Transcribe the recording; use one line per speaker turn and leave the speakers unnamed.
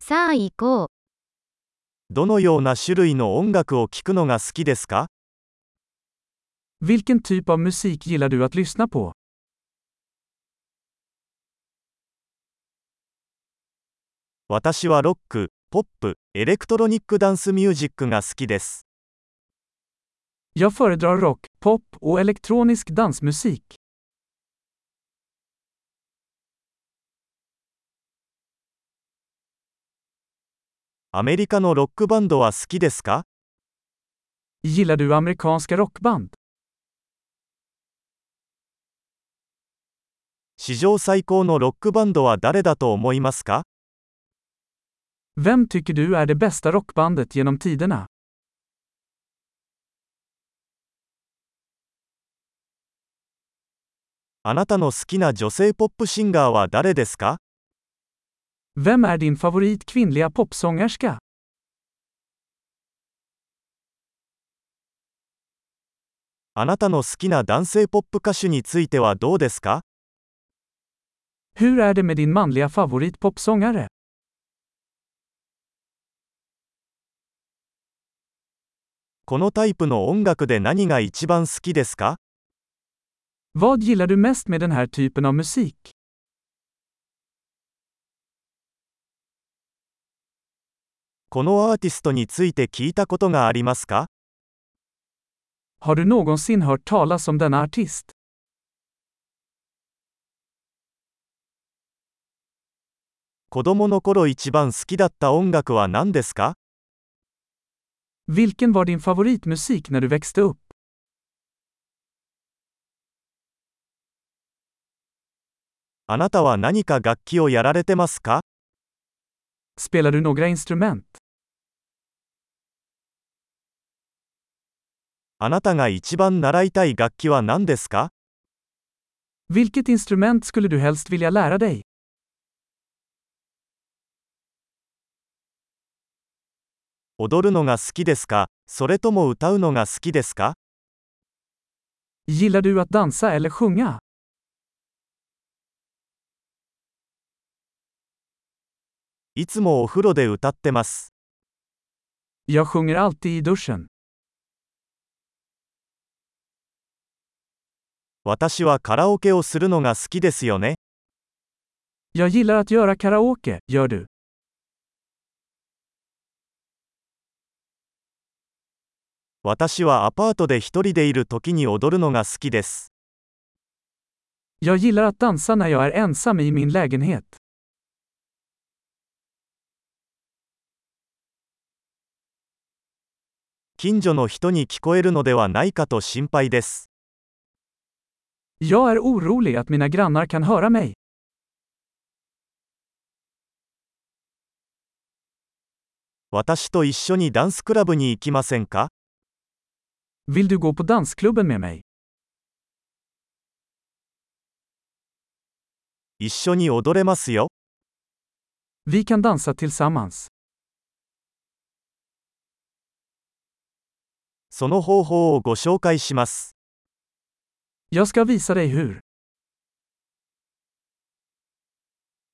さあ行こう。
どのような種類の音楽を聴くのが好きですか
Vilken typ av musik gillar du att lyssna på?
私はロック、ポップ、エレクトロニックダンスミュージックが好きです。
Jag föredrar rock, pop och elektronisk dansmusik.
アメリカのロックバンドは好きですか
Gillar du amerikanska rockband?
史上最高のロックバンドは誰だと思いますか
Vem tycker du är det bästa rockbandet genom tiderna?
あなたの好きな女性ポップシンガーは誰ですか
Vem är din favorit kvinnliga popsångerska?
あなたの好きな男性ポップ歌手についてはどうですか
Hur är det med din manliga favorit popsångare?
このタイプの音楽で何が一番好きですか
Vad gillar du mest med den här typen av musik?
このアーティストについて聞いたことがありますか
Har du någonsin hört talas om denna artist?
子供の頃一番好きだった音楽は何ですか
Vilken var din favoritmusik när du växte upp?
あなたは何か楽器をやられてますか
Spelar du några instrument?
あなたが一番習いたい楽器は何ですか
Vilket instrument skulle du helst vilja lära dig?
踊るのが好きですかそれとも歌うのが好きですか
Gillar du att dansa eller sjunga?
いつもお風呂で歌ってます。
Jag sjunger alltid i duschen.
私はカラオケをするのが好きですよね。
Jag gillar att göra karaoke, gör du?
私はアパートで一人でいる時に踊るのが好きです。
Jag gillar att dansa när jag är ensam i min lägenhet.
近所の人に聞こえるのではないかと心配です。
Jag är orolig att mina grannar kan höra mig.
私と一緒にダンスクラブに行きませんか
Vill du gå på dansklubben med mig?
一緒に踊れますよ。
Vi kan dansa tillsammans.
その方法をご紹介します。
Jag ska visa dig hur.